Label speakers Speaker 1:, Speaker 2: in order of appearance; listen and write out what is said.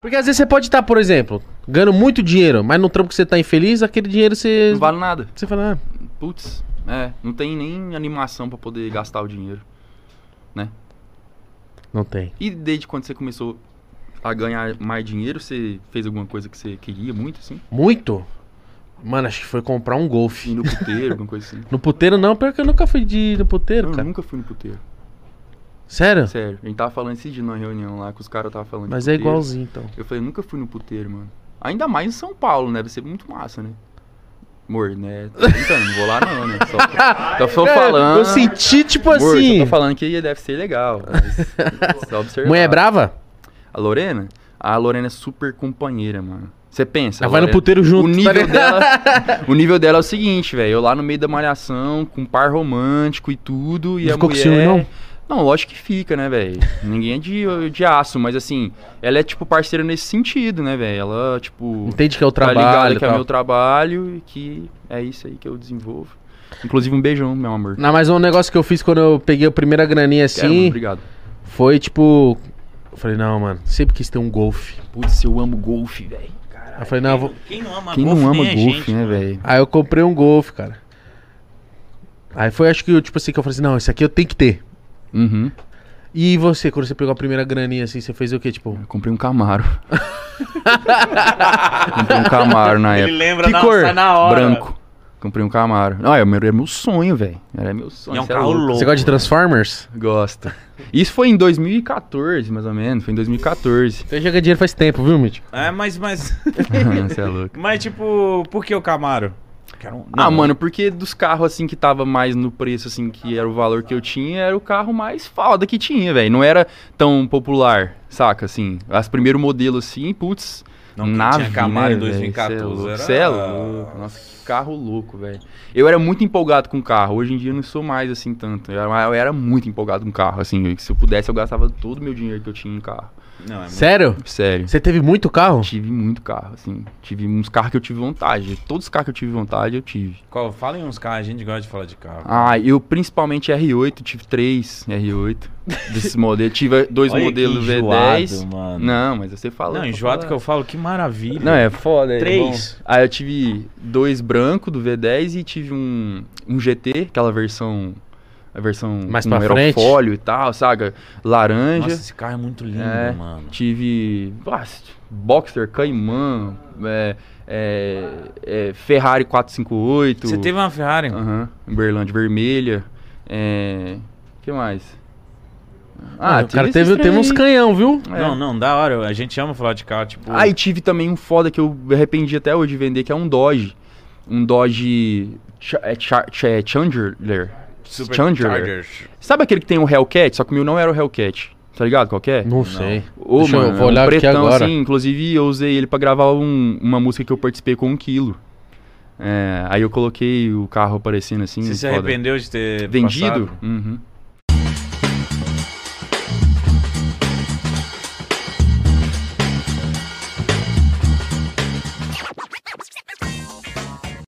Speaker 1: Porque às vezes você pode estar, por exemplo, ganhando muito dinheiro, mas no trampo que você tá infeliz, aquele dinheiro você.
Speaker 2: Não vale nada.
Speaker 1: Você fala, ah,
Speaker 2: Putz, é, não tem nem animação pra poder gastar o dinheiro.
Speaker 1: não tem.
Speaker 2: E desde quando você começou a ganhar mais dinheiro, você fez alguma coisa que você queria muito, assim?
Speaker 1: Muito? Mano, acho que foi comprar um golfe.
Speaker 2: Ir no puteiro, alguma coisa assim?
Speaker 1: No puteiro não, pior que eu nunca fui de ir no puteiro,
Speaker 2: Não, eu
Speaker 1: cara.
Speaker 2: nunca fui no puteiro.
Speaker 1: Sério?
Speaker 2: Sério, a gente tava falando esse dia numa reunião lá, que os caras tava falando de
Speaker 1: Mas é
Speaker 2: puteiro.
Speaker 1: igualzinho, então.
Speaker 2: Eu falei, nunca fui no puteiro, mano. Ainda mais em São Paulo, né? Deve ser muito massa, né? Amor, né? Tô brincando, não vou lá não, né? Só, tô só
Speaker 1: É,
Speaker 2: falando.
Speaker 1: Eu senti, tipo
Speaker 2: Amor, só
Speaker 1: assim.
Speaker 2: tô falando que deve ser legal. Mas só observar.
Speaker 1: Mulher brava?
Speaker 2: A Lorena? A Lorena é super companheira, mano. Você pensa. a
Speaker 1: Ela vai no
Speaker 2: Lorena-
Speaker 1: puteiro junto.
Speaker 2: O
Speaker 1: tá
Speaker 2: nível,
Speaker 1: ligado?
Speaker 2: dela, o nível dela é o seguinte, velho. Eu lá no meio da malhação, com um par romântico e tudo. E
Speaker 1: Não
Speaker 2: a
Speaker 1: ficou com
Speaker 2: mulher...
Speaker 1: ciúme, não?
Speaker 2: Não, lógico que fica, né, velho? Ninguém é de, de aço, mas assim, ela é tipo parceira nesse sentido, né, velho? Ela, tipo,
Speaker 1: Entende que é o
Speaker 2: tá ligada
Speaker 1: trabalho. e
Speaker 2: que é
Speaker 1: tal.
Speaker 2: meu trabalho e que é isso aí que eu desenvolvo. Inclusive, um beijão, meu amor.
Speaker 1: Não, mas um negócio que eu fiz quando eu peguei a primeira graninha
Speaker 2: Quero, um mano,
Speaker 1: assim
Speaker 2: obrigado.
Speaker 1: foi tipo. Eu falei, não, mano, sempre quis ter um golfe.
Speaker 2: Putz, eu amo golfe, velho.
Speaker 1: Aí eu falei, não, eu vou...
Speaker 3: Quem não ama
Speaker 2: Quem
Speaker 3: golfe
Speaker 2: não ama
Speaker 3: nem é
Speaker 2: golfe,
Speaker 3: gente,
Speaker 2: né,
Speaker 3: mano.
Speaker 2: velho?
Speaker 1: Aí eu comprei um golfe, cara. Aí foi, acho que, eu, tipo assim, que eu falei assim, não, esse aqui eu tenho que ter.
Speaker 2: Uhum.
Speaker 1: E você, quando você pegou a primeira graninha assim, você fez o quê? Tipo,
Speaker 2: Eu comprei um Camaro. comprei um Camaro na
Speaker 3: Ele
Speaker 2: época.
Speaker 3: lembra
Speaker 1: Que
Speaker 3: na,
Speaker 1: cor?
Speaker 3: sai na hora.
Speaker 2: Branco. Comprei um Camaro. Não, é, meu- era meu sonho, velho. Era meu sonho.
Speaker 3: E é um
Speaker 2: cê
Speaker 3: carro
Speaker 2: louco.
Speaker 3: louco.
Speaker 1: você gosta de Transformers?
Speaker 2: Gosta. Isso foi em 2014, mais ou menos. Foi em 2014.
Speaker 1: Você já ganha dinheiro faz tempo, viu, Mitch?
Speaker 3: É, mas, mas,
Speaker 2: Você é louco.
Speaker 3: mas tipo, por que o Camaro? Quero um-
Speaker 2: Ah,
Speaker 3: não.
Speaker 2: mano, porque dos carros, assim, que tava mais no preço, assim, que era o valor que eu tinha, era o carro mais foda que tinha, velho. Não era tão popular, saca, assim. As primeiro modelo, assim, putz,
Speaker 3: Não, quem
Speaker 2: nave,
Speaker 3: tinha Camaro em
Speaker 2: né, véi?
Speaker 3: 2014 era-
Speaker 2: Cê é louco. Cê é louco. Nossa, que carro louco, velho. Eu era muito empolgado com carro. Hoje em dia eu não sou mais assim tanto. Eu era, eu era muito empolgado com carro, assim. Se eu pudesse, eu gastava todo o meu dinheiro que eu tinha em carro.
Speaker 3: Não, é
Speaker 2: né?
Speaker 3: muito...
Speaker 1: Sério?
Speaker 2: Sério.
Speaker 1: Você teve muito carro?
Speaker 2: Tive muito carro, assim. Tive uns carros que eu tive vontade. Todos os carros que eu tive vontade, eu tive.
Speaker 3: Qual, fala em uns carros, a gente gosta de falar de carro.
Speaker 2: Ah, eu principalmente R8, tive três R8 desse modelo. Tive dois
Speaker 3: Olha que
Speaker 2: modelos
Speaker 3: enjoado,
Speaker 2: V10.
Speaker 3: mano.
Speaker 2: Não, mas você fala.
Speaker 3: Não,
Speaker 2: pra
Speaker 3: enjoado
Speaker 2: falar.
Speaker 3: que eu falo, que maravilha.
Speaker 2: Não, é foda. é
Speaker 3: Três.
Speaker 2: bom. Aí eu tive dois branco do V10 e tive um, um GT, aquela versão. A versão
Speaker 1: Mais
Speaker 2: com
Speaker 1: pra frente.
Speaker 2: aerofólio e tal, saga? Laranja.
Speaker 3: Nossa, esse carro é muito lindo,
Speaker 2: É.
Speaker 3: mano.
Speaker 2: Tive ah, Boxer, Caimã, é, é, é, Ferrari 458.
Speaker 3: Você teve uma Ferrari?
Speaker 1: um?
Speaker 2: Aham. Uberlândia Vermelha. É. que mais?
Speaker 1: Ah, o cara teve,
Speaker 2: esses
Speaker 1: teve uns
Speaker 2: trem
Speaker 1: canhão, viu?
Speaker 2: aí. É.
Speaker 3: Não, não, da hora. A gente ama falar de carro, tipo...
Speaker 2: Ah, e tive também um foda que eu me arrependi até hoje de vender, que é um Dodge. Um Dodge. Ch é Char- Ch é Chandler. Chandler. Sabe aquele que tem o Hellcat? Só que o meu não era o Hellcat. Tá ligado qual que é?
Speaker 1: Não, sei.
Speaker 2: Ô,
Speaker 1: Deixa eu-
Speaker 2: mano,
Speaker 1: vou olhar
Speaker 2: é um
Speaker 1: aqui
Speaker 2: pretão,
Speaker 1: agora.
Speaker 2: assim. Inclusive, eu usei ele pra gravar um- uma música que eu participei com um quilo. É, aí eu coloquei o carro aparecendo assim.
Speaker 3: Você se
Speaker 2: foda.
Speaker 3: arrependeu de ter
Speaker 2: Vendido?
Speaker 3: passado?
Speaker 2: Uhum.